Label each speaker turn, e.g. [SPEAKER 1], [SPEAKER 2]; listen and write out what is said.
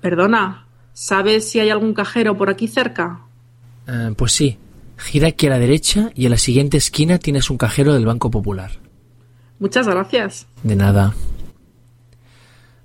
[SPEAKER 1] Perdona, ¿sabes si hay algún cajero por aquí cerca?
[SPEAKER 2] Eh, pues sí. Gira aquí a la derecha y en la siguiente esquina tienes un cajero del Banco Popular.
[SPEAKER 1] Muchas gracias.
[SPEAKER 2] De nada.